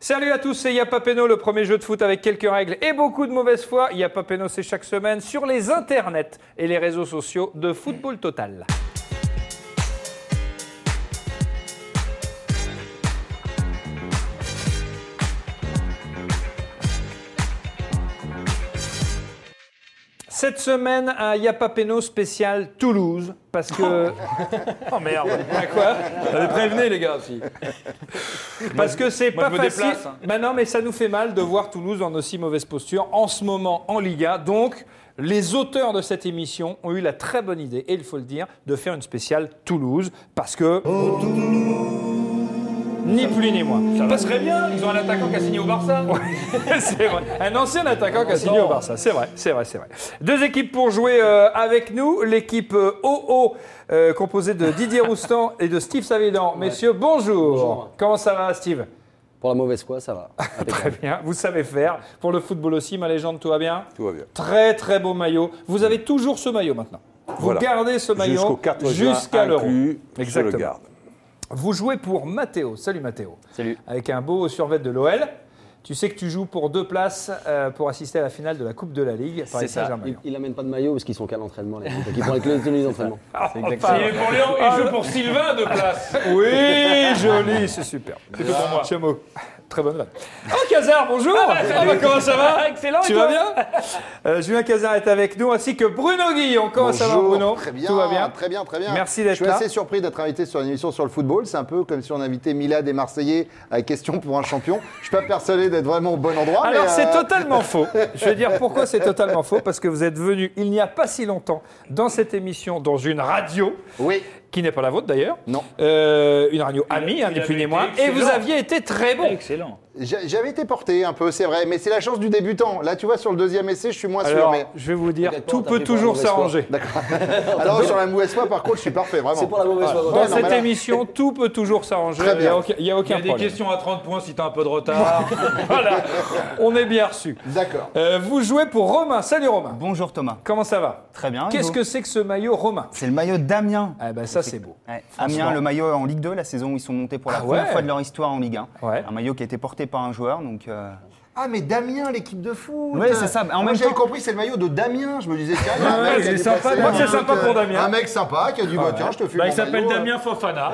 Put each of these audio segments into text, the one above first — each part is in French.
Salut à tous, c'est Yapa Peno, le premier jeu de foot avec quelques règles et beaucoup de mauvaise foi. Yapa Peno, c'est chaque semaine sur les internets et les réseaux sociaux de Football Total. Cette semaine, un Yapa Peno spécial Toulouse, parce que Oh merde À quoi T'avais prévenu les gars aussi. Parce que c'est moi, pas je me facile. déplace, hein. Bah non, mais ça nous fait mal de voir Toulouse en aussi mauvaise posture en ce moment en Liga. Donc, les auteurs de cette émission ont eu la très bonne idée, et il faut le dire, de faire une spéciale Toulouse, parce que. Ni plus ni moins. Ça Parce passerait bien, ils ont un attaquant qui a signé au Barça. c'est vrai. Un ancien attaquant qui a signé au Barça. Ah, C'est vrai, c'est vrai, c'est vrai. Deux équipes pour jouer euh, avec nous. L'équipe euh, OO, euh, composée de Didier Roustan et de Steve Savédan. Messieurs, bonjour. Comment ça va, Steve Pour la mauvaise foi, ça va. Ah, Très bien, vous savez faire. Pour le football aussi, ma légende, tout va bien Tout va bien. Très très beau maillot. Vous avez toujours ce maillot maintenant. Vous Voilà. gardez ce Jusqu'au maillot 4 juin jusqu'à l'euro. inclus, Je le Exactement. garde. Vous jouez pour Matteo. Salut Matteo. Salut. Avec un beau survêt de l'OL. Tu sais que tu joues pour deux places euh, pour assister à la finale de la Coupe de la Ligue. Paris Saint-Germain. Il, il amène pas de maillot parce qu'ils sont qu'à l'entraînement. les mecs. Donc, Ils prennent que les tenues d'entraînement. Ah, Il enfin, est pour Léon et je pour Sylvain de place. Oui, joli, c'est super. C'est pour moi. Très bonne vanne. Oh, Cazard, bonjour Ah bah, Comment ça va Excellent, Tu et Oh, toi vas bien Euh, Julien Cazard est avec nous, ainsi que Bruno Guillon. Comment ça va, Bonjour, Bruno Très bien, Tout va bien Très bien, très bien. Merci d'être Je suis là. assez surpris d'être invité sur une émission sur le football. C'est un peu comme si on invitait Milad et Marseillais à Question pour un champion. Je suis pas persuadé d'être vraiment au bon endroit. Alors mais, c'est euh, totalement faux. Je vais dire pourquoi c'est totalement faux. Parce que vous êtes venu il n'y a pas si longtemps dans cette émission, dans une radio, Oui. qui n'est pas la vôtre d'ailleurs. Non. Euh, une radio amie, hein, il ni plus avait ni été moins. Et vous excellent. aviez été très bon. Excellent. J'a- J'avais été porté un peu, c'est vrai, mais c'est la chance du débutant. Là, tu vois, sur le deuxième essai, je suis moins Alors, sûr. je vais vous dire, Peut-être tout pas, peut t'as pris toujours pour la mauvaise s'arranger. Mais... Alors, sur la mauvaise foi, par contre, je suis parfait, vraiment. C'est pour la mauvaise foi. Dans Ouais, non, mais cette là- émission, tout peut toujours s'arranger. Très Il n'y a bien. aucun, il y a Il y aucun a des problème. questions à 30 points si t'as un peu de retard. Voilà. On est bien reçu. D'accord. vous jouez pour Romain. Salut Romain. Bonjour Thomas. Comment ça va Très bien. et Qu'est-ce vous que c'est que ce maillot Romain C'est le maillot d'Amiens. Ah ben ça c'est beau. Ouais, franchement. Amiens, le maillot en Ligue 2, la saison où ils sont montés pour la Ah première ouais. fois de leur histoire en Ligue 1. Ouais. Un maillot qui a été porté par un joueur, donc. euh, Ah, mais Damien, l'équipe de foot Ouais, c'est ça, mais en Ah, Moi, même j'avais temps- compris, c'est le maillot de Damien. Je me disais, tiens, il y a Ouais, un mec qui c'est a dépassé sympa, Damien. un C'est sympa truc, pour euh, Damien. Un mec sympa qui a dit, bah tiens, je te fais Bah, il s'appelle Damien Fofana.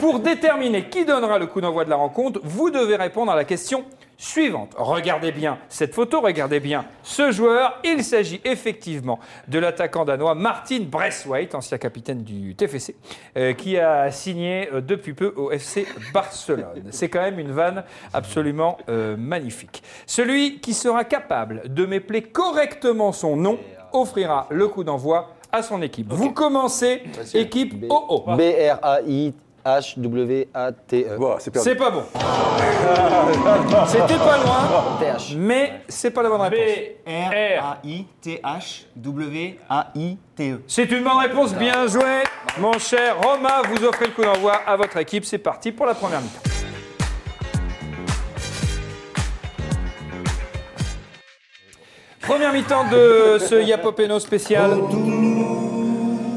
Pour déterminer qui donnera le coup d'envoi de la rencontre, vous devez répondre à la question suivante. Regardez bien cette photo, regardez bien ce joueur. Il s'agit effectivement de l'attaquant danois Martin Braithwaite, ancien capitaine du TFC, euh, qui a signé euh, depuis peu au FC Barcelone. C'est quand même une vanne absolument euh, magnifique. Celui qui sera capable de m'épeler correctement son nom offrira le coup d'envoi à son équipe. Vous commencez, Facile. équipe B- OO. B-R-A-I-H-W-A-T-E. Bon, c'est perdu. C'est pas bon. C'était pas loin, T-H. mais c'est pas la bonne réponse. R-A-I-T-H-W-A-I-T-E. C'est une bonne réponse, bien joué. Mon cher Roma, vous offrez le coup d'envoi à votre équipe. C'est parti pour la première mi-temps. Première mi-temps de ce Yapopeno spécial.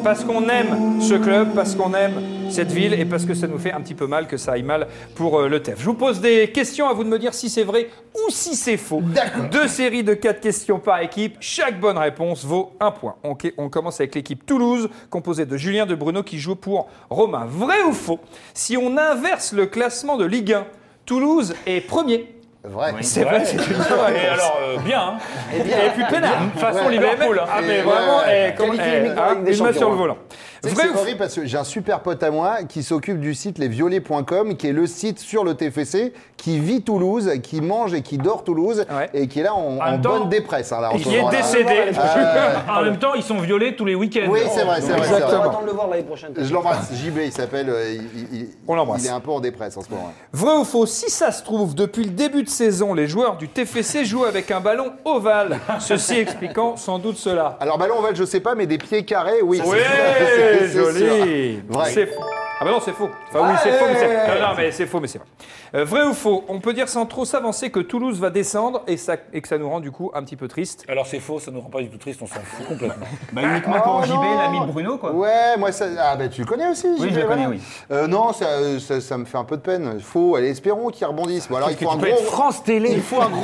Parce qu'on aime ce club, parce qu'on aime cette ville et parce que ça nous fait un petit peu mal que ça aille mal pour euh, le TEF. Je vous pose des questions à vous de me dire si c'est vrai ou si c'est faux. Deux séries de quatre questions par équipe. Chaque bonne réponse vaut un point. Ok, on commence avec l'équipe Toulouse, composée de Julien de Bruno qui joue pour Romain. Vrai ou faux Si on inverse le classement de Ligue 1, Toulouse est premier. Vrai. C'est vrai, c'est une bonne Et réponse. alors, euh, bien. hein. Et puis pénard. Façon Liverpool. hein. Ah, mais Et vraiment, ouais, eh, comment- Qualifié eh, uniquement hein, avec des une main sur le champions. volant. Tu sais que Vrai C'est ou horrible parce que j'ai un super pote à moi qui s'occupe du site lesviolets.com, qui est le site sur le TFC, qui vit Toulouse, qui mange et qui dort Toulouse, Ouais. et qui est là En en, en même temps, bonne dépresse. hein, là, en ce Qui est moment-là. décédé. En même temps, ils sont violés tous les week-ends. Oui, c'est vrai, c'est vrai. c'est vrai. On va Exactement. attendre de le voir l'année prochaine. Je l'embrasse, JB, il s'appelle. euh, il- il- On l'embrasse. Il est un peu en dépresse en ce moment. Vrai ou faux, si ça se trouve, depuis le début de saison, les joueurs du TFC jouent avec un ballon ovale. Ceci expliquant sans doute cela. Alors, ballon ovale, je sais pas, mais des pieds carrés, oui. Oui, c'est- c'est- c'est sûr. joli. Vrai. C'est faux. Ah bah non, c'est faux. Enfin oui, c'est faux, mais c'est non, non, mais c'est faux, mais c'est vrai. Euh, vrai ou faux On peut dire sans trop s'avancer que Toulouse va descendre et, ça- et que ça nous rend du coup un petit peu triste. Alors c'est faux, ça nous rend pas du tout triste, on s'en fout complètement. Bah, uniquement pour Oh JB, non l'ami de Bruno, quoi. Ouais, moi ça. Ah, bah tu le connais aussi JB, Oui, je le voilà. connais, oui. Euh, non, ça, euh, ça, ça me fait un peu de peine. Faut, allez, espérons qu'ils rebondissent. Bon, alors, il faut un gros. France Télé. Il faut un gros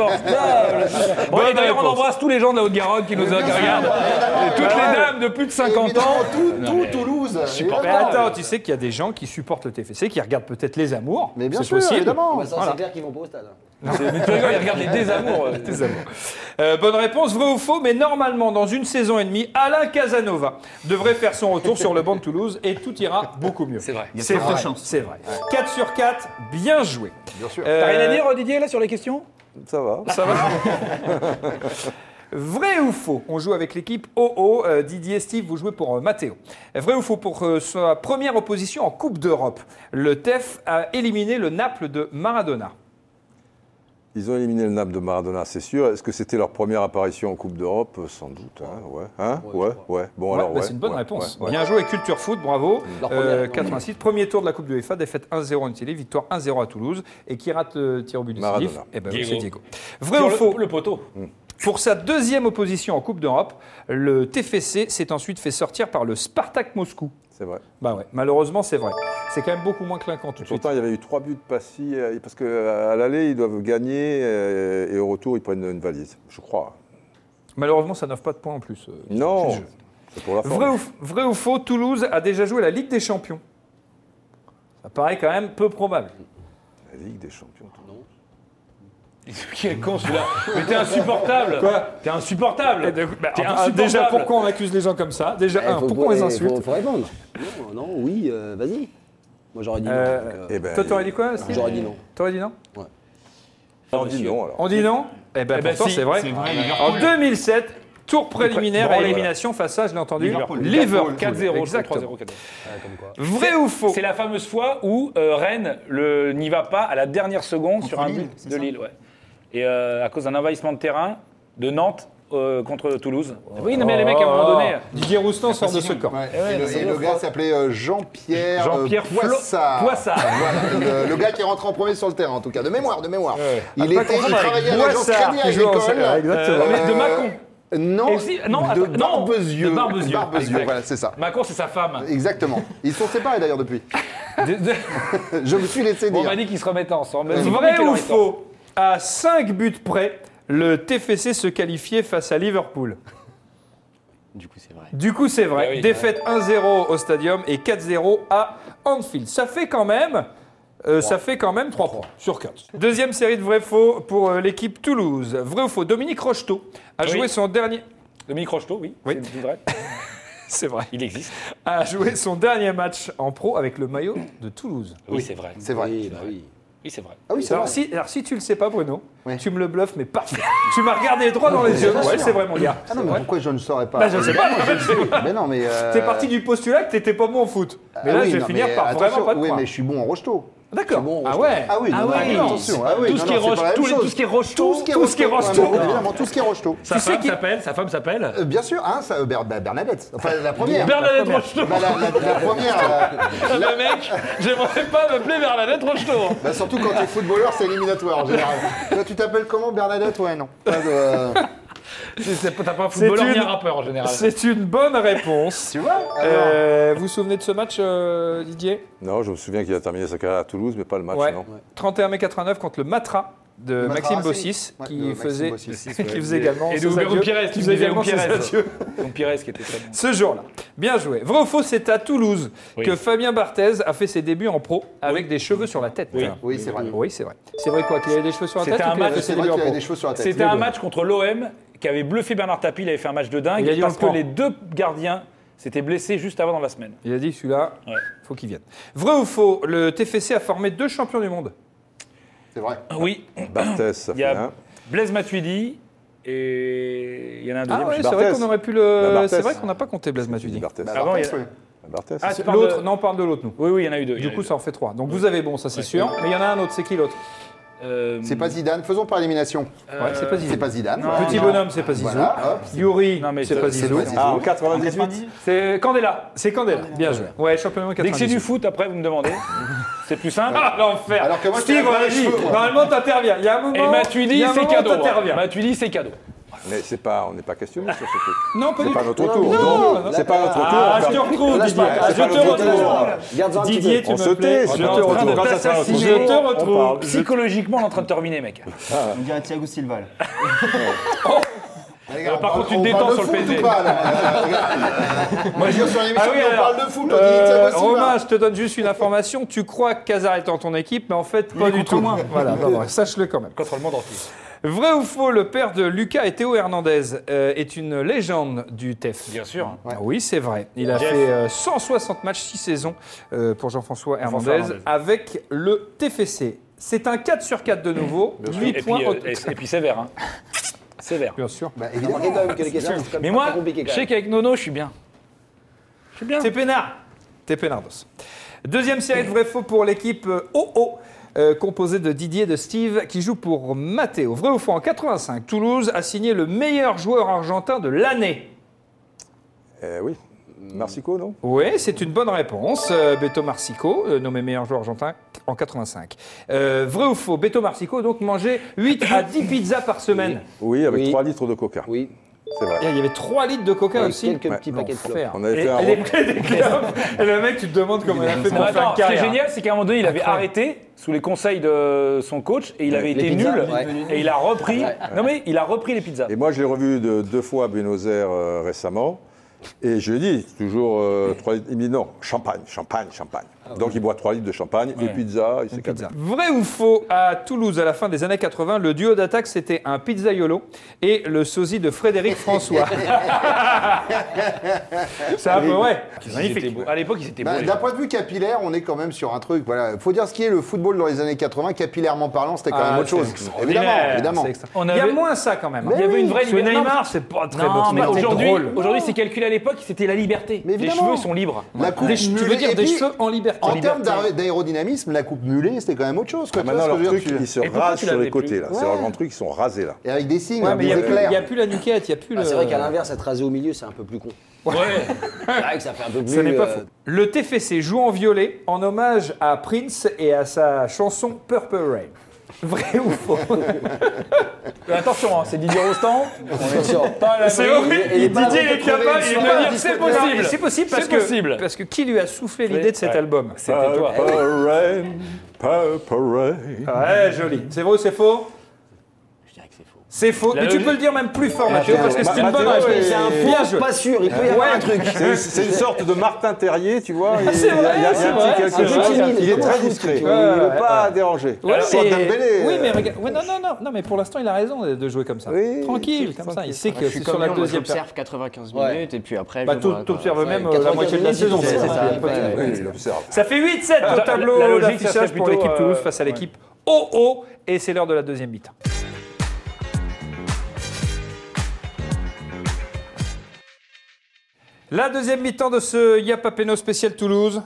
insupportable. Bon, et d'ailleurs, on embrasse tous les gens de la Haute-Garonne qui nous regardent. Et toutes les dames de plus de 50 ans. Évidemment, Tout, tout Toulouse. Mais évidemment. attends, tu sais qu'il y a des gens qui supportent le TFC, qui regardent peut-être les amours. Mais bien c'est sûr, possible. évidemment. ça, c'est clair qu'ils vont pas au stade. Ah, Euh, Mais tu rigoles, ils regardent les désamours. euh. Tes amours. Euh, bonne réponse, vrai ou faux, mais normalement, dans une saison et demie, Alain Casanova devrait faire son retour sur le banc de Toulouse et tout ira beaucoup mieux. C'est vrai. Il y a C'est de fortes vrai. chances. C'est vrai. 4 sur 4, bien joué. Bien sûr. Euh, T'as rien à dire, euh, Didier, là, sur les questions Ça va. Ça va Vrai ou faux On joue avec l'équipe OO. Euh, Didier et Steve, vous jouez pour euh, Matteo. Vrai ou faux Pour euh, sa première opposition en Coupe d'Europe, le TEF a éliminé le Naples de Maradona. Ils ont éliminé le Naples de Maradona, c'est sûr. Est-ce que c'était leur première apparition en Coupe d'Europe Sans doute. hein, ouais. Hein ouais, ouais. Bon, Ouais, alors. bah, ouais, c'est une bonne ouais, réponse. ouais, ouais. Bien joué, Culture Foot, bravo. Leur première, Euh, non, mais- 86, premier tour de la Coupe de UEFA, défaite 1-0 en Italie, victoire 1-0 à Toulouse. Et qui rate le tir au but Maradona. décisif Eh ben, oui, Diego. c'est Diego. Vrai Sur ou le- faux Le poteau. Pour sa deuxième opposition en Coupe d'Europe, le TFC s'est ensuite fait sortir par le Spartak Moscou. C'est vrai. Bah ouais, malheureusement c'est vrai. C'est quand même beaucoup moins clinquant tout de suite. Pourtant, il y avait eu trois buts passés. euh, Parce qu'à l'aller, ils doivent gagner euh, et au retour, ils prennent une valise, je crois. Malheureusement ça n'offre pas de points en plus. euh, Non c'est le jeu. C'est pour la forme. Vrai ou, vrai ou faux, Toulouse a déjà joué la Ligue des Champions. Ça paraît quand même peu probable. La Ligue des Champions. Euh, Quel con celui-là Mais t'es insupportable Quoi T'es insupportable T'es Ah, insupportable. déjà pourquoi on accuse les gens comme ça Déjà un, pourquoi on les insulte Eh, Faut, faut répondre. Non, non, oui, euh, vas-y. Moi, j'aurais dit non. Euh, donc, euh, Eh ben, Toi t'aurais dit quoi Steve J'aurais dit non. T'aurais dit non On dit non, alors. On dit non Eh ben Eh ben, pourtant si, c'est vrai. C'est vrai, Liverpool. En 2007, tour préliminaire Branlé, à élimination face à, je l'ai entendu, Liverpool. Liverpool. 4-0, Exactement. 3-0, 4-0. Vrai ou faux C'est la fameuse fois où euh, Rennes le- n'y va pas à la dernière seconde sur un Lille, but c'est de ça Lille. ouais. Et euh, à cause d'un envahissement de terrain de Nantes euh, contre Toulouse. Oh. Oui, non, mais les mecs, à un moment donné. Oh. euh, Didier Roustan sort de ce camp. Ouais. Et le- et le gars s'appelait euh, Jean-Pierre euh, Jean-Pierre Flo- Poissard. Poissard. Voilà, le, le gars qui est rentré en premier sur le terrain, en tout cas, de mémoire, de mémoire. Il, pas était, il confondre avec travaillait à l'agence Boissard, Crédit qui joue en Agricole. Serie A, exactement. euh, Mais de Mâcon. Non, Et si- non, attends, de non, Barbezieux. de Barbezieux. Exact. voilà, c'est ça. Macron, c'est sa femme. Exactement. Ils sont séparés d'ailleurs depuis. De- de- Je me suis laissé On dire. m'a bah, dit qu'ils se remettaient ensemble. Vas-y, dis-nous Vrai quel ou heure il est temps. faux À 5 buts près, le TFC se qualifiait face à Liverpool. Du coup, c'est vrai. Du coup, c'est vrai. Bah oui. Défaite 1-0 au Stadium et 4-0 à Anfield. Ça fait quand même... euh, ça fait quand même 3 points sur 4. Deuxième série de vrai-faux pour euh, l'équipe Toulouse. Vrai ou faux Dominique Rocheteau a Oui. joué son dernier... Dominique Rocheteau, oui. Oui. c'est vrai. C'est vrai. Il existe. A joué son dernier match en pro avec le maillot de Toulouse. Oui, c'est vrai. C'est vrai. Oui, bah oui. Oui, c'est vrai. Ah oui, c'est Alors vrai. si, alors si tu le sais pas, Bruno, Ouais. tu me le bluffes, mais parfait. tu m'as regardé droit dans les yeux. bien Ouais, sûr. c'est vrai, mon gars. Ah non, mais Ouais. pourquoi je ne saurais pas Bah, je sais pas. Mais non, mais. euh, T'es parti du postulat que t'étais pas bon au foot. Mais ah là, oui, je vais non, mais finir par attention, vraiment pas te Oui, croire. mais je suis bon en rocheteau. D'accord. je suis bon, ah je- ouais. Ah oui, non, non, oui. attention. ah oui, Tout non, ce qui est non, c'est pas la roche- même tous les- chose. tout ce qui est rocheteau, Tout ce qui est tout ce qui est rocheteau. rocheteau. Ah, bah, Évidemment, tout ce qui est rocheteau. Sa sais femme qui- s'appelle, sa femme s'appelle Euh, Bien sûr, hein, ça, euh, Ber- bah, Bernadette. Enfin, la première. Bernadette Rocheteau. Bah, la, la- la première. euh, Le mec, j'aimerais pas m'appeler Bernadette Rocheteau. bah, surtout quand t'es footballeur, c'est éliminatoire en général. Toi, tu t'appelles comment Bernadette Ouais, non. Pas Ah, de- euh, C'est- T'as pas un C'est footballeur ni un une- rappeur en général. C'est une bonne réponse. Tu vois alors, Euh, vous vous souvenez de ce match, euh, Didier Non, je me souviens qu'il a terminé sa carrière à Toulouse, mais pas le match, Ouais. non 31 mai 89 contre le Matra de Le Matra Maxime Racing. Bossis, Ouais, qui, de Maxime faisait, Bossis, qui faisait également Et de ses Hugo adieux- Pires, qui qui faisait faisait également Hugo ses Pires. adieux Ton Pires qui était très bon. ce jour-là. Bien joué. Vrai ou faux, c'est à Toulouse Oui. que Fabien Barthez a fait ses débuts en pro avec des cheveux sur la tête. Oui. Oui, c'est vrai. Oui, c'est vrai. C'est vrai quoi Qu'il avait des cheveux sur la C'était tête ou un qu'il a match, fait ses C'est vrai débuts en qu'il avait pro des cheveux sur la tête. C'était un match contre l'OM qui avait bluffé Bernard Tapie, il avait fait un match de dingue Il a dit, on parce le que prend. les deux gardiens s'étaient blessés juste avant dans la semaine. Il a dit celui-là, Ouais. faut qu'il vienne. Vrai ou faux Le TFC a formé deux champions du monde. C'est vrai. Ah Oui, Barthès, ça il y fait a Hein un. Blaise Matuidi et il y en a un deuxième. Ah ouais, je sais c'est Barthez. vrai qu'on aurait pu Bah, le. Barthez. C'est vrai qu'on n'a pas compté Blaise Tu Matuidi. dis Barthès. pas. Avant, il y a- Barthez, ouais. Barthès, Ah, c'est- tu parles L'autre, de- non, on parle de l'autre nous. Oui, oui, il y en a eu deux. il y en Du a coup, eu ça en fait trois. Donc vous avez bon, ça c'est sûr. Mais il y en a un autre. C'est qui l'autre deux. euh, C'est pas Zidane, faisons par élimination. Ouais, c'est pas Zizou. C'est pas Zidane. Petit voilà. bonhomme, c'est pas Zizou. Voilà, hop. Yuri, Non, mais c'est c'est- pas c'est Zizou. pas Zizou. Ah, en 98 C'est Candela. C'est Candela. Bien joué. Ouais, champion Dès que c'est 98. du foot, après, vous me demandez. c'est plus simple. Ah, l'enfer. Alors que moi, je Steve, t'ai on pas l'a les dit. cheveux, moi. Normalement, t'interviens. Il y a un moment. Et il y Matuidi, a un c'est moment, cadeau. t'interviens. Matuidi, c'est cadeau. Mais c'est pas, on n'est pas questionné sur ce truc. Non, pas C'est du pas tout. notre tour. Ah, non, C'est pas notre tour. Ah, on je te ferme- retrouve, Lâche Didier. pas, Ah, lâche Je pas te le bouton, retrouve. lâche pas. Garde-en un petit Didier, peu. tu On se me plais. tait, Je c'est suis pas en notre train de tour. Grâce à ça, on t'assassiner. joue. Je te On retrouve. parle. Psychologiquement, on est en train de terminer, mec. On dirait Thiago Silva. là. Les gars, Euh, par on contre, tu te parle- on détends parle de sur le Ah foot PSG. ou pas, là Moi, je suis sur l'émission, Ah oui, mais on alors, parle de foot, on dit hein. Euh, Thiago Silva. Romain, je te donne juste une information. Tu crois que Cazard est dans ton équipe, mais en fait, pas est du contre tout. moi. Voilà, non, non, sache-le quand même. Contre le monde entier. Vrai ou faux, le père de Lucas et Théo Hernandez euh, est une légende du TEF Bien sûr. Ah Oui, c'est vrai. Il a fait euh, 160 matchs, 6 saisons euh, pour Jean-François Hernandez, Hernandez. avec le TFC. C'est un 4 sur 4 de nouveau, 8 Et puis, points. euh, au- et, et puis sévère. Hein. Sévère. Bien sûr. Bah, Vous remarquez évidemment. quand même que les questions sont quand même Mais pas moi, très compliquées, je quand sais même. qu'avec Nono, je suis bien. Je suis bien. T'es peinard. T'es peinardos. Deuxième série de vrai-faux pour l'équipe euh, OO. euh, composée de Didier et de Steve qui joue pour Matteo. Vrai ou faux en 85, Toulouse a signé le meilleur joueur argentin de l'année. Eh oui. Mm. Marsico, non Oui, c'est une bonne réponse. Euh, Beto Marsico, euh, nommé meilleur joueur argentin en 85. Euh, vrai ou faux Beto Marsico donc mangeait 8 à 10 pizzas par semaine. Oui, avec Oui. 3 litres de coca. Oui, C'est vrai. Il y avait 3 litres de coca Ouais, aussi. quelques petits paquets de l'enfer. clopes. On avait Et, fait un et repas. les- des clopes. Et le mec, tu te demandes comment il a fait Non, pour faire attends, une ce qui est carrière. génial, c'est qu'à un moment donné, il avait arrêté sous les conseils de son coach et il avait les été pizzas, nul. ouais. Et il a repris. Non, mais il a repris les pizzas. Et moi, je l'ai revu de- deux fois à Buenos Aires euh, récemment. Et je lui ai dit, toujours euh, 3 litres. Il me dit non, champagne, champagne, champagne. Ah Donc il boit 3 litres de champagne, des pizzas, il s'est calmé. Ah, Vrai ou faux À Toulouse, à la fin des années 80, le duo d'attaque, c'était un pizzaiolo et le sosie de Frédéric François. c'est un peu, ouais. bah, Ils étaient beaux. À l'époque, ils étaient Bah, beaux. les D'un gens. point de vue capillaire, on est quand même sur un truc. Voilà, faut dire ce qui est le football dans les années 80, capillairement parlant, c'était quand Ah, même autre c'est chose. Évidemment, Ordinaire, évidemment. c'est extra- On Il y a avait- moins ça quand même. Il y avait une vraie Sur liberté. Neymar, c'est pas très bon. Non, c'est mais pas très aujourd'hui, drôle. aujourd'hui, c'est calculé à l'époque, c'était la liberté. Mais les évidemment. cheveux, ils sont libres. La coupe Des che- tu veux mulet- dire et des puis, cheveux en liberté En termes d'aé- d'aérodynamisme, la coupe mulet, c'était quand même autre chose. Ah, quoi. Tu vois Maintenant, ce leur que je veux truc, dire, tu- ils se Et pourquoi rasent tu sur les l'avais plus côtés, là. C'est leur grand truc, ils sont rasés, là. Et avec des signes, Ouais, mais il des n'y a, éclairs. plus la nuquette, il n'y a plus Ah, le. c'est vrai qu'à l'inverse, être rasé au milieu, c'est un peu plus con. Ouais. C'est vrai que ça fait un peu plus. Ce n'est pas euh, faux. Le TFC joue en violet en hommage à Prince et à sa chanson Purple Rain. Vrai ou faux Euh, Attention, hein, c'est Didier Rostand. attention. C'est horrible. Et les Didier, il est capable, il va dire, c'est possible. C'est possible parce C'est que possible. parce que qui lui a soufflé l'idée de cet Ouais. album Ah, C'était toi. Purple rain, purple rain. Ouais, joli. C'est vrai ou c'est faux Je dirais que c'est faux. C'est faux, La mais tu logique- peux le dire même plus fort, Mathieu, parce que c'est une Mathieu, bonne ouais, réponse. C'est un Bien faux, joué. pas sûr, il peut y avoir Ouais. un truc. C'est- C'est une sorte de Martin Terrier, tu vois. il- c'est il y a- vrai, il y a- il y Ah, c'est a un vrai, petit quelque c'est chose. vrai. Il est très Ouais, discret. Il ouais, ne ouais. veut pas déranger. Ouais, Alors, mais- Dembélé, oui, mais euh, regarde. ouais, non, non, non, non, mais pour l'instant, il a raison de de jouer comme ça. Oui, tranquille, c'est comme ça. tranquille. Il sait que Je suis c'est sur comme la Lyon, moi deuxième période. j'observe 95 Ouais. minutes et puis après Bah, je tout- vois, t'observes quoi. même Ouais, euh, la moitié de la 90, saison. c'est c'est ça, ça, ouais, un peu ouais, tout. ouais. oui, il observe. Ça fait 8-7 au La- tableau la logique, ça d'affichage serait pour l'équipe plutôt, Toulouse euh, face à l'équipe OO. Et c'est l'heure de la deuxième mi-temps. La deuxième mi-temps de ce Yapapeno spécial Toulouse.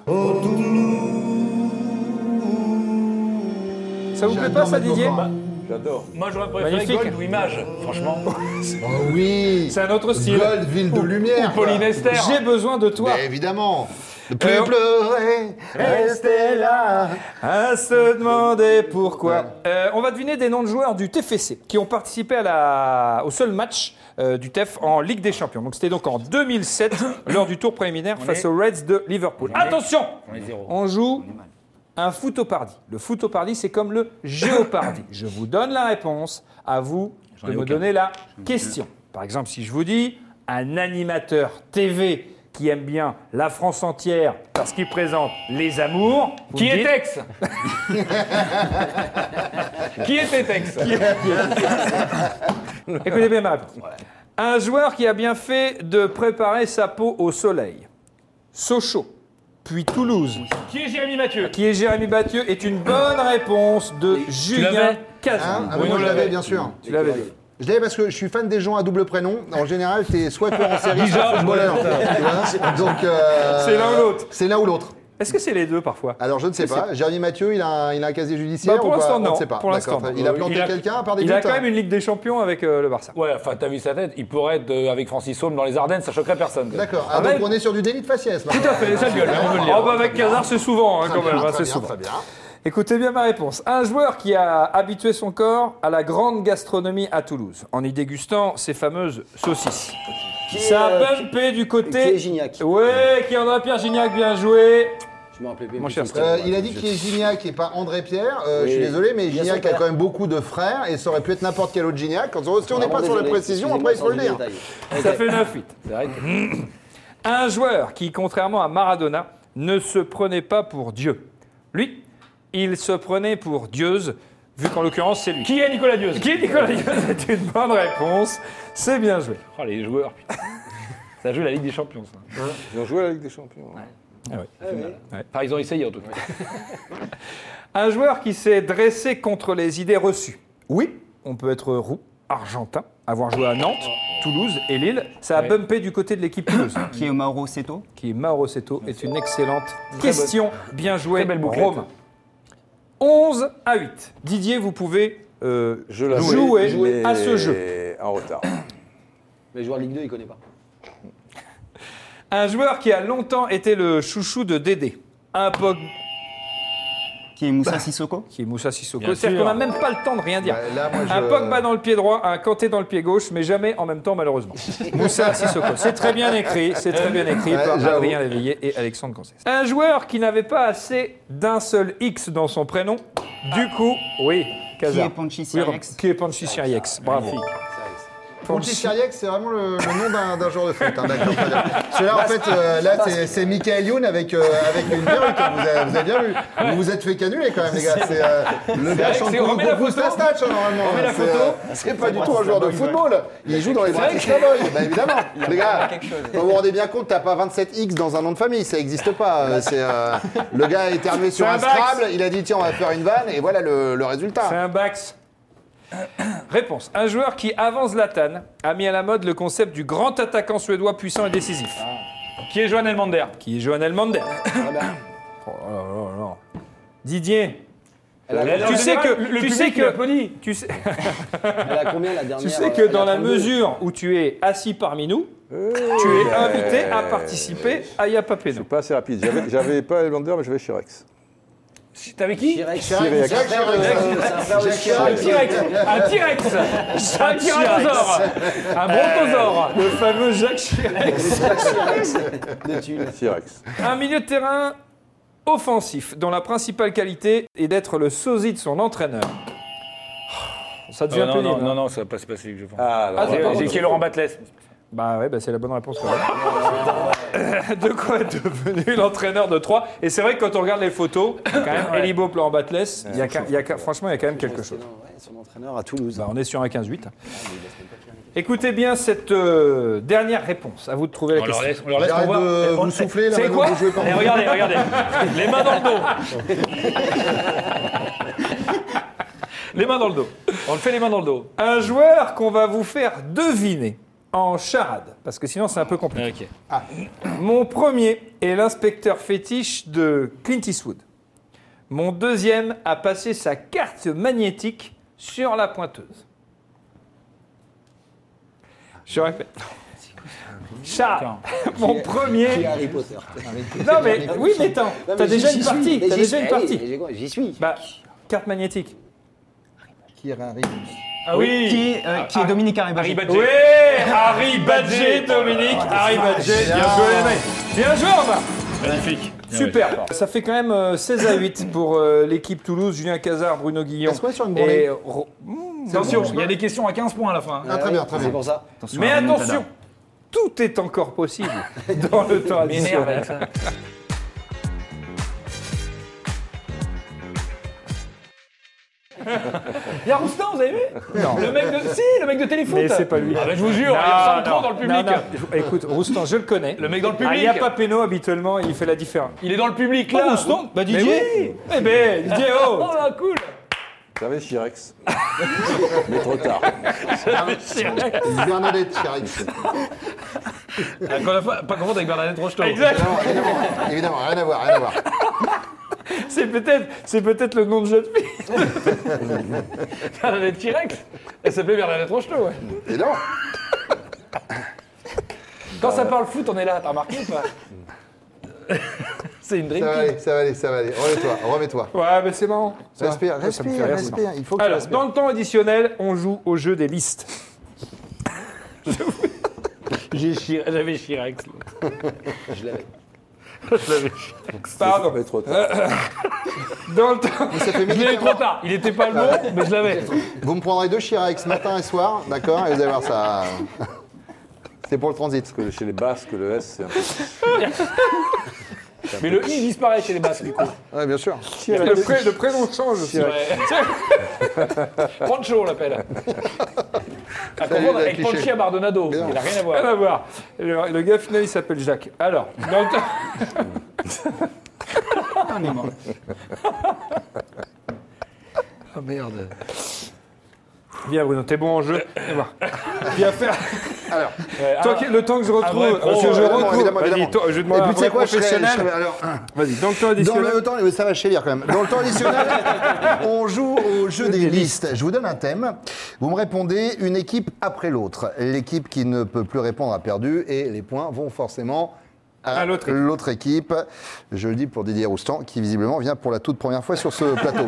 Ça vous plaît pas ça Didier J'adore. Moi, j'aurais préféré Magnifique. Gold ou Image, franchement. Oh oui C'est un autre style. Gold, ville de lumière. quoi. Pauline Esther. J'ai besoin de toi. Mais évidemment. Ne Euh, plus pleurer, restez là. Hein À se demander pourquoi. Euh, on va deviner des noms de joueurs du TFC qui ont participé à la... au seul match euh, du TEF en Ligue des Champions. Donc c'était donc en 2007 lors du tour préliminaire face aux Reds de Liverpool. Attention, on joue un foot au pardi. Le foot au pardi, c'est comme le géopardi. Je vous donne la réponse, à vous de me donner la question. Par exemple, si je vous dis un animateur TV qui aime bien la France entière parce qu'il présente les amours, vous Qui me est dites- Tex Qui était Tex Écoutez bien ma réponse. Un joueur qui a bien fait de préparer sa peau au soleil. Sochaux, puis Toulouse, Qui est Jérémy Mathieu qui est Jérémy Battieu, est une bonne réponse de Julien l'avais Hein Cazin. Ah, mais moi, je l'avais, bien sûr. Tu l'avais dit. Je l'avais parce que je suis fan des gens à double prénom. En général, t'es soit tueur en série, soit footballeur. Tu vois Donc, euh, C'est l'un ou l'autre. C'est l'un ou l'autre. Est-ce que c'est les deux parfois Alors, je ne sais pas. Jérémy Mathieu, il a un, il a un casier judiciaire Bah, pour ou pas l'instant, On non. ne sait pas. Pour l'instant, D'accord. non. Il a Euh, planté il a- quelqu'un par des Il a buts quand même une Ligue des Champions avec euh, le Barça. Ouais, enfin, t'as vu sa tête Il pourrait être euh, avec Francis Homme dans les Ardennes, ça choquerait personne. quoi. D'accord. Ah, Ah, donc, ouais. on est sur du délit de faciès. Tout Tout à fait, ça gueule, on veut le dire. Ah bah avec Casar, c'est souvent, hein, quand même, hein, c'est souvent. hein. Très bien. Écoutez bien ma réponse. Un joueur qui a habitué son corps à la grande gastronomie à Toulouse, en y dégustant ses fameuses saucisses. Qui est, Ça euh, a bumpé du côté... qui est Gignac. Ouais, qui en a Pierre Gignac, bien joué. Je me rappelais bien. Mon plus cher son Euh, prénom, il a ouais, dit je- qu'il est Gignac et pas André Pierre. Euh, Oui. Je suis désolé, mais Bien Gignac sûr, a quand même beaucoup de frères et ça aurait pu être n'importe quel autre Gignac. Quand on- Si on n'est pas Vraiment sur les désolé, précisions, excusez-moi, après il faut le sans dire. détail. Ça fait 9-8. C'est vrai que- Un joueur qui, contrairement à Maradona, ne se prenait pas pour Dieu. Lui, il se prenait pour Dieuse, vu qu'en l'occurrence, c'est lui. Qui est Nicolas Dieuze Qui est Nicolas Dieu C'est une bonne réponse. C'est bien joué. Oh, les joueurs, putain. Ça joue la Ligue des Champions, ça. Ils ont joué à la Ligue des Champions. Enfin, ils ont essayé en tout cas. Un joueur qui s'est dressé contre les idées reçues. Oui, on peut être roux, argentin, avoir joué à Nantes, Toulouse et Lille. Ça a Ouais. bumpé du côté de l'équipe Toulouse, Qui est Mauro Seto qui, Mauro Seto, est une excellente question. Bien joué, très belle bouclette. Rome. 11 à 8. Didier, vous pouvez euh, Je l'avais, jouer mais à ce jeu. En retard. Mais joueur de Ligue 2, il connaît pas. Un joueur qui a longtemps été le chouchou de Dédé. Un Pog Qui est Moussa Sissoko qui est Moussa Sissoko. Bien C'est-à-dire sûr. qu'on n'a même pas le temps de rien dire. Bah, là, moi, Un je- Pogba dans le pied droit, un Kanté dans le pied gauche, mais jamais en même temps, malheureusement. Moussa Sissoko. C'est très bien écrit, c'est très bien écrit Ouais, par j'avoue. Adrien Léveillé et Alexandre Concès. Un joueur qui n'avait pas assez d'un seul X dans son prénom, du coup, oui, Qui Casar. est Ponchi Oui, Sirex Qui est Panchi Siriex, bravo. Ponti Chiriac, c'est vraiment le, le nom d'un- d'un joueur de foot. hein, d'accord, très bien. Celui-là, en fait, euh, là, c'est- c'est Michael Youn avec, euh, avec une perruque. hein, Vous avez, vous avez bien vu. Vous vous êtes fait canuler quand même, les gars. C'est euh, le gars chante c'est- on pour remet la pour photo. Stache, hein, normalement. On remet la C'est, euh, photo. C'est pas du tout un joueur de football. Il joue dans les vrai que Bratislava. Bah, évidemment, les gars. Vous vous rendez bien compte, t'as pas 27 X dans un nom de famille, ça n'existe pas. Euh, C'est euh, le gars est arrivé sur C'est un un Bax. Scrabble. Il a dit tiens, on va faire une vanne, et voilà le, le résultat. C'est un Bax. Réponse. Un joueur qui, avant Zlatan, a mis à la mode le concept du grand attaquant suédois puissant et décisif, Qui est Johan Elmander qui est Johan Elmander. Didier, Elle a, tu en sais général, que- le- le tu public, sais que- il applaudit. tu sais, elle a combien la dernière tu sais que elle a dans la 32. mesure où tu es assis parmi nous, tu es invité à participer à Euh, Je Yapapeno. suis pas assez rapide. J'avais, j'avais pas Elmander, mais j'avais Chirex. Si- T'avais qui Chirac, Chirac, Chirac, Chirac, euh, Chirac, c'est un frère de Jacques Chirac. Chirac. T-Rex Un T-Rex Un tyrannosaure Un brontosaure Le fameux Jacques Chirac. de Tulle. Chirex. Un milieu de terrain offensif dont la principale qualité est d'être le sosie de son entraîneur. Ça devient Ah, non, pénible. non, hein. non, non, ça va pas se passer que je pense. Ah, Ah, c'est pas C'est qui est Laurent Batles Bah ouais, bah c'est la bonne réponse. quand même. de quoi est devenu l'entraîneur de Troyes Et c'est vrai que quand on regarde les photos, quand même, Elibo Plan Batless, il y a qu'un- il y a qu'un- franchement, il y a quand même quelque chose. Excellent, ouais, son entraîneur à Toulouse. Bah, on est sur un 15-8. Écoutez bien cette euh, dernière réponse. À vous de trouver la On leur question. laisse, on leur laisse, on J'arrête voit. de On- vous souffler là C'est maintenant quoi que vous jouez pas. Eh, Regardez, regardez. Les mains dans le dos. Les mains dans le dos. On le fait les mains dans le dos. Un joueur qu'on va vous faire deviner en charade, parce que sinon c'est un peu compliqué. Ok. Mon premier est l'inspecteur fétiche de Clint Eastwood. Mon deuxième a passé sa carte magnétique sur la pointeuse. Je répète. Charles, mon Qui est premier. Harry Potter. Non mais oui mais attends, Non, mais t'as j'y- déjà j'y une suis, partie, mais t'as j'y déjà suis. une Eh oui, partie. mais j'ai quoi, J'y suis. Bah, carte magnétique. Qui arrive Ah oui Qui est, euh, qui est Dominique Arribagé Badger. Oui, Ah, Harry Badger, Dominique, Harry Badger, bien joué les mecs. Bien joué, Romain. Magnifique. Super. Ça fait quand même euh, 16 à 8 pour euh, l'équipe Toulouse, Julien Cazard, Bruno Guillon. Est-ce qu'on est sur une branlée et Ro- Hmm, Attention, il y a des questions à 15 points à la fin. hein. Ah, très bien, très C'est bien. pour ça. Mais attention, tout est encore possible dans le temps additionnel. Il y a Roustan, vous avez vu Non. Le mec de... Si, le mec de téléfoot Mais c'est pas lui. Ah bah, je vous jure, il ressemble trop dans le public. non, non. Écoute, Roustan, je le connais. Le mec dans le Ah, public. Il n'y a pas Péno habituellement, il fait la différence. Oh, Il est dans le public là. Roustan Bah Didier Eh ben, Didier, oh Oh, cool J'avais Chirex. Mais trop tard. Bernadette Chirex. Pas confondre avec Bernadette Rocheteau. Exact. Non, rien à voir. Évidemment, rien à voir, rien à voir. C'est peut-être, c'est peut-être le nom de jeune fille. Bernadette T-Rex. Elle s'appelait Bernadette Rocheteau, ouais. Et non Quand ça parle foot, on est là, t'as remarqué ou pas Mmh. C'est une Ça dream va aller, ça va aller, ça va aller. Remets-toi, remets-toi. Ouais, mais c'est marrant. Ça va. Respire, Ça me fait respire, rire, c'est marrant. respire. Il faut que tu Alors, respires. dans le temps additionnel, on joue au jeu des listes. J'ai Chi- J'avais Chirac. Pardon. Mais trop tard. Dans le temps. Ça Il fait est militaire. trop tard. Il était pas le bon, mais je l'avais. Vous me prendrez deux Chirac ce matin et soir, d'accord Et vous allez voir ça. C'est pour le transit. Que Chez les Basques, le S, c'est un peu. Mais le i disparaît chez les Basques, du coup. Ouais, bien sûr. Le, pré- le prénom change aussi. Pancho, on l'appelle. À Salut, comprendre les avec clichés. Panchi à Bardonado. non. Il n'a rien à Rien voir. à voir. Le, le gars final, il s'appelle Jacques. Alors, dans le temps. Ah, On est mort. Oh, Viens, Bruno, t'es bon en jeu. Viens voir. Viens faire. Alors, Ouais, Ah, Toi, alors, qui- le temps que je un retrouve. vrai pro, parce que je euh, évidemment, retrouve. évidemment, Vas-y, évidemment. toi, je vais et demander à un puis tu sais vrai quoi, je serais- professionnel. je serais- alors, Vas-y, dans le temps dans additionnel. le temps, ça va chez lire quand même. Dans le temps additionnel, on joue au jeu des listes. Je vous donne un thème. Vous me répondez une équipe après l'autre. L'équipe qui ne peut plus répondre a perdu et les points vont forcément à, À l'autre équipe. l'autre équipe. Je le dis pour Didier Roustan qui visiblement vient pour la toute première fois sur ce plateau.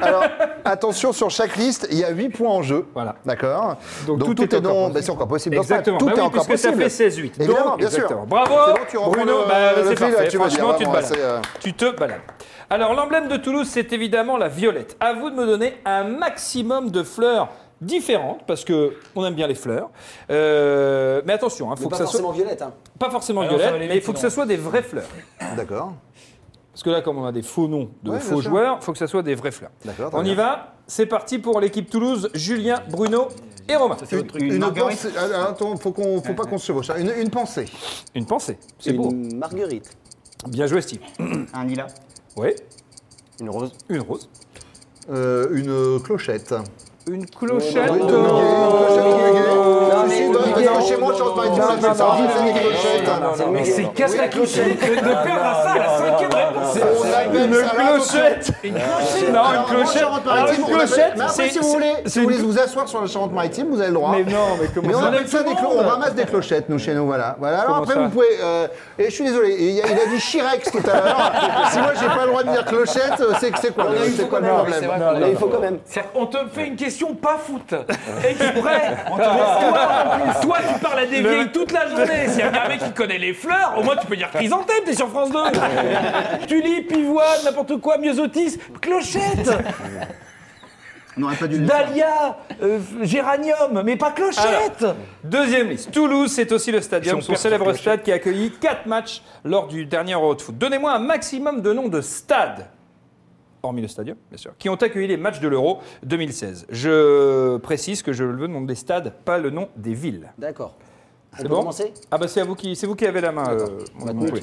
Alors attention sur chaque liste, il y a 8 points en jeu. Voilà. D'accord. Donc, tout est est encore dans possible. bah, c'est encore possible. dans ça. Exactement. Tout Bah est oui, encore puisque ça possible. fait 16-8. Évidemment, bien sûr. exactement. Bravo, C'est bon, tu reprends Bruno. le- bah, le c'est fil, là, parfait. tu vas dire, Franchement, tu te vraiment, balades. c'est, euh, Tu te balades. Alors, l'emblème de Toulouse, c'est évidemment la violette. À vous de me donner un maximum de fleurs différentes, parce que on aime bien les fleurs. Euh, mais attention, il faut que Pas ça soit forcément violette. Hein. pas forcément Ah non, ça violette, va aller mais il vite, faut que sinon. ce soit des vraies fleurs. D'accord. Parce que là, comme on a des faux noms de Ouais, faux bien sûr. joueurs, il faut que ça soit des vraies fleurs. D'accord, très On y bien. va. C'est parti pour l'équipe Toulouse. Julien, Bruno et Romain. Une, une pensée. ah, Attends, faut, qu'on, faut pas qu'on se chevauche. hein. Une, une pensée. Une pensée. C'est une beau. marguerite. Bien joué, Steve. Un lilas. Oui. Une rose. Une rose. Euh, une euh, clochette. Une clochette. Une clochette qui est gay. non, Si, si, mais- bah, non, Parce non, que chez moi, je suis en train de parler de non, ça. non, C'est des non, clochettes. Mais c'est casse la clochette de perdre à ça la cinquième réponse. On appelle Une ça la clochette. Une clochette. Non, une Alors, moi, clochette. Alors, Charente-Maritime, une on appelle- clochette. Mais après, c'est- si vous voulez, c'est- si vous voulez vous asseoir sur la Charente-Maritime, vous avez le droit. Mais non, mais comment Mais on ça appelle ça des clochettes. On ramasse des clochettes, nous, chez nous, voilà. Voilà. Alors Comment après, ça vous pouvez. euh, et je suis désolé, il y a, il a dit Chirex tout à l'heure. si moi, j'ai pas le droit de dire clochette, euh, c'est que c'est quoi le- C'est quoi le problème Mais il faut quand même. C'est-à-dire, On te fait une question pas foot. Exprès. On te laisse voir en plus. Toi, tu parles à des vieilles toute la journée. S'il y a un mec qui connaît les fleurs, au moins tu peux dire chrysanthème, t'es sur France 2. Tulipe, pivoine, n'importe quoi, myosotis, clochette, On n'aurait pas dû le faire. dahlia, euh, géranium, mais pas clochette. Deuxième liste. Toulouse, c'est aussi le stadium, son célèbre stade qui a accueilli 4 matchs lors du dernier Euro de foot. Donnez-moi un maximum de noms de stades, hormis le stadium, bien sûr, qui ont accueilli les matchs de l'Euro 2016. Je précise que je veux le nom des stades, pas le nom des villes. D'accord. On peut bon commencer Bah, Ah bah c'est à vous qui c'est vous qui avez la main. euh, mon Maintenant, poulet.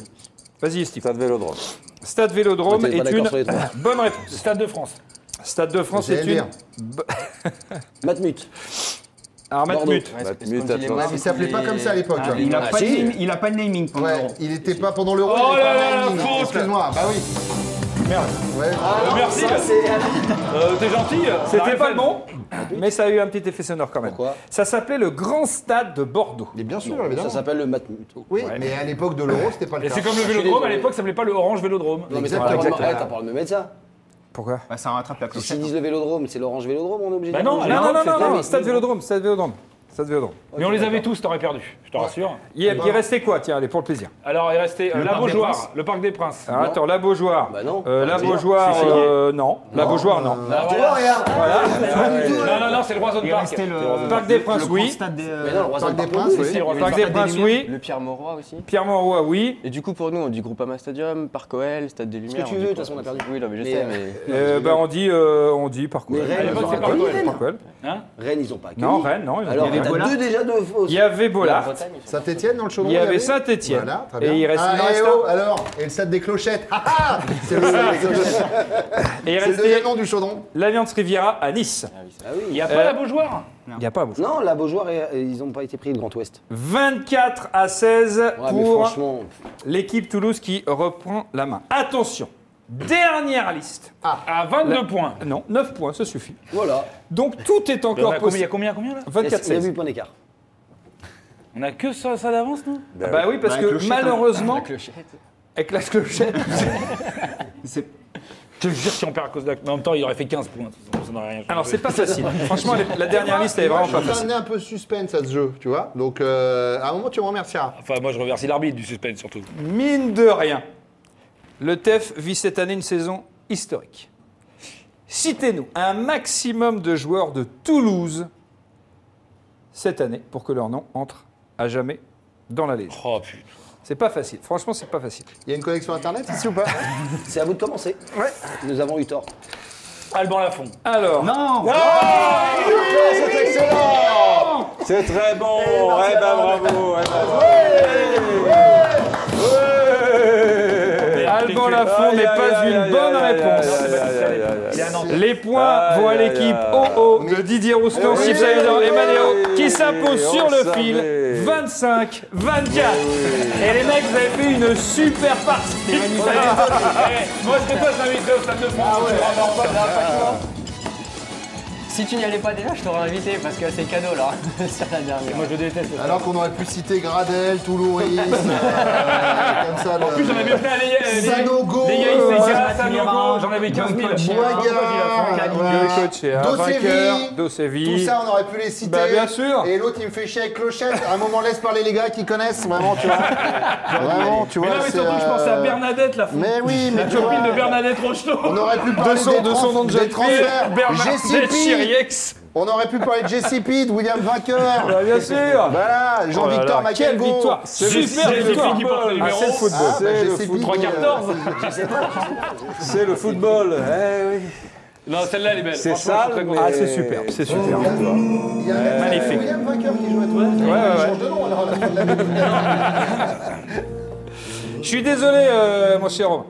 Vas-y Steve. Stade Vélodrome. Stade Vélodrome On était est pas une d'accord sur les trois. bonne réponse. Stade de France. Stade de France J'allais est le une. dire. Matmut. Alors Bordeaux. Matmut. Matmut, parce qu'on dit les Atlantique. Noirs, Il s'appelait pas les- comme ça à l'époque. hein. Il n'a Ah, pas, si. de- il a pas de naming pendant Ouais, l'Euro. il était pas pendant l'euro. il Oh était là pas là, en ligne. la faute. Excuse-moi, bah oui. bah Merde. Ah, Merci. Euh, T'es gentil. C'était pas le bon, Ah, mais ça a eu un petit effet sonore quand même. Pourquoi ça s'appelait le Grand Stade de Bordeaux. Mais bien sûr, Ça évidemment. s'appelle le Matmut. Oui, mais à l'époque de l'euro, c'était pas le Et cas. c'est comme le vélodrome, à l'époque, ça s'appelait pas le Orange Vélodrome. Non, mais t'as Exactement. pas le droit de- Exactement. ouais, t'as pas le droit de me mettre ça. Pourquoi Bah, ça rattrape la S'ils clochette. disent le vélodrome, c'est l'orange vélodrome, on est obligé Bah de non, dire. Ah, Non, non, non, non, Ah, c'est- non, mais- Stade Vélodrome, Stade Vélodrome. Stade Vélodrome. Mais on les avait tous, t'aurais perdu. Je te rassure. Il, il restait quoi Tiens, allez, pour le plaisir. Alors, il restait euh, la Parc des Beaujoire, Princes. le Parc des Princes. Alors, Ah, attends, la Beaujoire. Bah non. Euh, la Pas plaisir. Beaujoire, euh, non. La Beaujoire, non. Ah, Tu voilà. vois, regarde Non, non, non, c'est le Roison Il Park. restait le. Parc des le Princes, grand oui. stade des, euh, Mais non, le Roison Parc des Park, Princes, oui. Si, le Roison Parc Park. des Princes, oui. Le Pierre Mauroy aussi. Pierre Monroy, oui. Et du coup, pour nous, on dit Groupama Stadium, Parc OL, Stade des Lumières. tu on dit veux, de toute quoi façon, on a perdu. Oui, non, mais je Mais, sais, euh, mais. Euh, bah, on dit, euh, on dit par quoi Mais Rennes, l'époque, ils ont c'est pas Parc connu, OL. Rennes. Hein Rennes, ils ont pas accueilli. Non, Rennes, non. ils ont Alors, dit Rennes. t'as deux déjà de fausses. Il y avait Bollard. Bretagne, ils sont Saint-Étienne dans le chaudron Il y avait saint Saint-Étienne. Voilà, très Et bien. il reste- ah, il en eh reste oh, alors, et le stade des clochettes. Ah, ah c'est le, les clochettes. Et il C'est le restait deuxième nom du chaudron. l'Alliance Riviera à Nice. Ah oui. Il n'y a pas Euh, la Beaujoire Il n'y a pas beaucoup. Non, la Beaujoire, et- et ils n'ont pas été pris de Grand Ouest. 24 à 16 Ouais, mais pour franchement, l'équipe Toulouse qui reprend la main. Attention, dernière liste. Ah, à 22 points. Non, 9 points, ça suffit. voilà. Donc tout est Il y en encore a combien, il y a possible. combien, combien là Il y a- il y a 8 24-16. points d'écart. On a que ça, ça d'avance, nous Ben Bah oui, parce Bah, la que clochette, malheureusement, clochettes. avec la clochette, C'est- Je te jure, si on perd à cause de la... Mais en même temps, il aurait fait 15 points. de toute façon, Ça n'aurait rien changé. alors c'est pas facile. Franchement, les- la dernière liste, elle est vraiment pas Je t'ai facile. amené un peu suspense à ce jeu, tu vois. Donc, euh, à un moment, tu me remercieras. Enfin, moi, je remercie l'arbitre du suspense, surtout. Mine de rien, le TEF vit cette année une saison historique. Citez-nous un maximum de joueurs de Toulouse cette année pour que leur nom entre à jamais dans la légende. Oh putain. C'est pas facile. Franchement, c'est pas facile. Il y a une connexion internet ici ou pas C'est à vous de commencer. Ouais. Nous avons eu tort. Alban Lafont. Alors, Non c'est excellent C'est très bon Eh ben bravo eh ben, Eh, Alban Lafont Aïe, n'est aïe, pas aïe, une aïe, bonne aïe, réponse. aïe, aïe, aïe, aïe, aïe. Il est à Nantes. Les points Aïe, vont à aïe, l'équipe aïe. OO de Didier Rouston, oui, Steve Saïdan oui, et Manéo oui, qui s'impose on sur le savait. fil 25-24. Ah Et les mecs, vous avez fait une super partie. Eh, moi, je te passe l'invité au Stade de France. Ah ouais, Si tu n'y allais Ah, pas déjà, je t'aurais invité parce que c'est cadeau là, sur la dernière. Moi, je déteste. ça. Alors qu'on aurait pu citer Gradel, Toulouris, euh, comme ça. En plus, j'en avais fait un les gars. Sanogo, Les Oh, gars, euh, il s'est j'en avais 15 000. Boigard, voilà. Docevi, Tout Docevi. ça, on aurait pu les citer. Bah, bien sûr. Et l'autre, il me fait chier avec Clochette. À un moment, laisse parler les gars qui connaissent, vraiment, tu vois. vraiment, tu Mais vois. non, mais c'est, surtout, je pensais à euh, Bernadette Lafont. Mais oui, mais tu vois. Copine de Bernadette Rocheteau. On aurait pu parler son- des, de son trans- nom de des jeune fille, transferts. Bernadette JCP. Chiriex. On aurait pu parler de JCP, de William Vainqueur. Bah, bien sûr. Voilà, Oh là Jean-Victor là, Quelle Macelgo. victoire. Super C'est les victoire. filles qui portent le Ah, numéro. c'est le football. Ah, bah, C'est le JCP, foot. euh, 314. C'est le football eh oui. Non, celle-là, elle est belle. C'est Franchement, ça je suis très content. Ah, c'est superbe, c'est superbe. Il y a même, euh, Magnifique. William Vainqueur qui joue à Toulouse. ouais, ouais. Il change de nom alors à la fin de l'année. Je suis désolé, euh, mon cher Romain.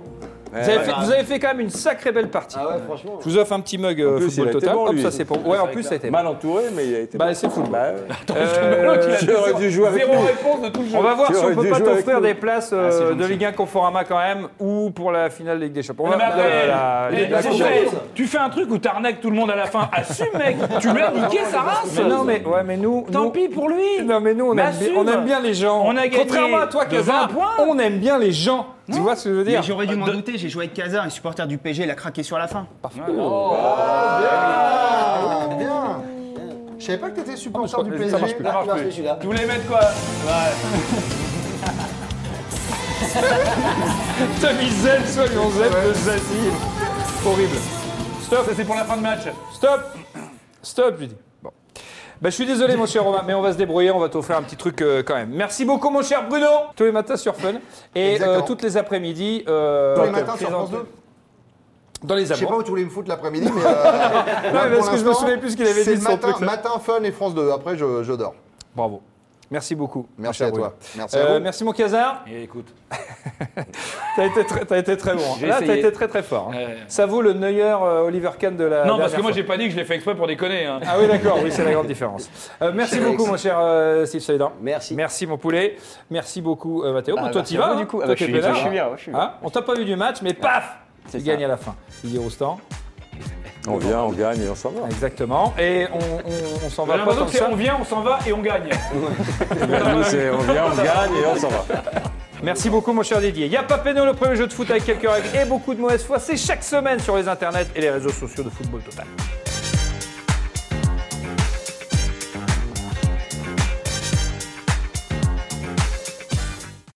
Vous avez, ouais. fait, vous avez fait quand même une sacrée belle partie. Ah ouais, franchement. Je vous offre un petit mug euh, En plus, football il a été total. bon, Hop, lui. ça c'est pour. Ouais, en plus ça a été. bon. Mal entouré, mais il a été. Bah, bon. c'est le football. Bah, ouais. Euh, J'aurais dû jouer avec lui. Zéro réponse de tout le jeu. on va voir Tu si on aurais peut dû pas jouer avec t'offrir nous. Ah, des places euh, de Ligue 1 Conforama quand même ou pour la finale de Ligue des Champions. On Non, mais va- après, Voilà, eh, il y a de la tu concurrence. fais- tu fais un truc où t'arnaques tout le monde à la fin. Assume, mec. Tu lui as niqué sa race. Mais non, mais, ouais, mais nous. Tant nous- pis pour lui. Non, mais nous, on Mais aime, bien, on assume. aime bien les gens. On a gagné Contrairement à toi, de Casa, 20 points. on aime bien les gens. Tu vois ce que je veux Mais dire j'aurais dû m'en douter, j'ai joué avec Kazar, un supporter du PG, il a craqué sur la fin. Ah, bien. Je savais pas que t'étais supporter du PSG. Ah, non, c'est celui-là. Tu voulais mettre quoi T'as mis Z, soit on Z, de Zazie. Horrible. Stop. Ça, c'est pour la fin de match. Stop Stop, je lui dis. Bon. Bah, je suis désolé, mon cher Romain, mais on va se débrouiller, on va t'offrir un petit truc euh, quand même. Merci beaucoup, mon cher Bruno Tous les matins sur Fun et euh, Exactement. toutes les après-midi. euh, Tous les matins sur présenté- France 2. Dans les Je sais pas abos. où tu voulais me foutre l'après-midi, mais. euh, là, parce pour que je me l'instant, souvenais plus ce qu'il avait c'est dit, le son matin, truc, là. matin Fun et France 2. Après, je, je dors. Bravo. Merci beaucoup. mon Merci cher à Bruno. toi. Merci à Euh, vous. merci, mon casard. Et Eh, écoute. T'as été, très- t'as été très bon. J'ai Là, t'as essayé. été très très fort. hein. Ouais. Ça vaut le Neuer euh, Oliver Kahn de la. Non, parce dernière que moi, fois. j'ai pas dit que je l'ai fait exprès pour déconner. hein. Ah oui, d'accord, oui, c'est la grande différence. Euh, merci beaucoup, mon cher euh, Steve Seydan. Merci. Merci, mon poulet. Merci beaucoup, euh, Mathéo. Bon, toi, merci t'y à vas. vous, hein du coup. Ah, Toi, bah, je t'es suis- peinard, je suis hein. bien, ouais, je suis bien. Hein on t'a pas vu du match, mais paf C'est Il ça. gagne à la fin. Didier Roustan. On vient, on gagne et on s'en va. Exactement. Et on, on- on s'en J'ai va pas l'impression comme que c'est ça. on vient, on s'en va et on gagne. Ben, nous, c'est on vient, on gagne et on s'en va. Merci beaucoup, mon cher Didier. Y'a pas Péno, le premier jeu de foot avec quelques règles et beaucoup de mauvaise foi. C'est chaque semaine sur les internets et les réseaux sociaux de Football Total.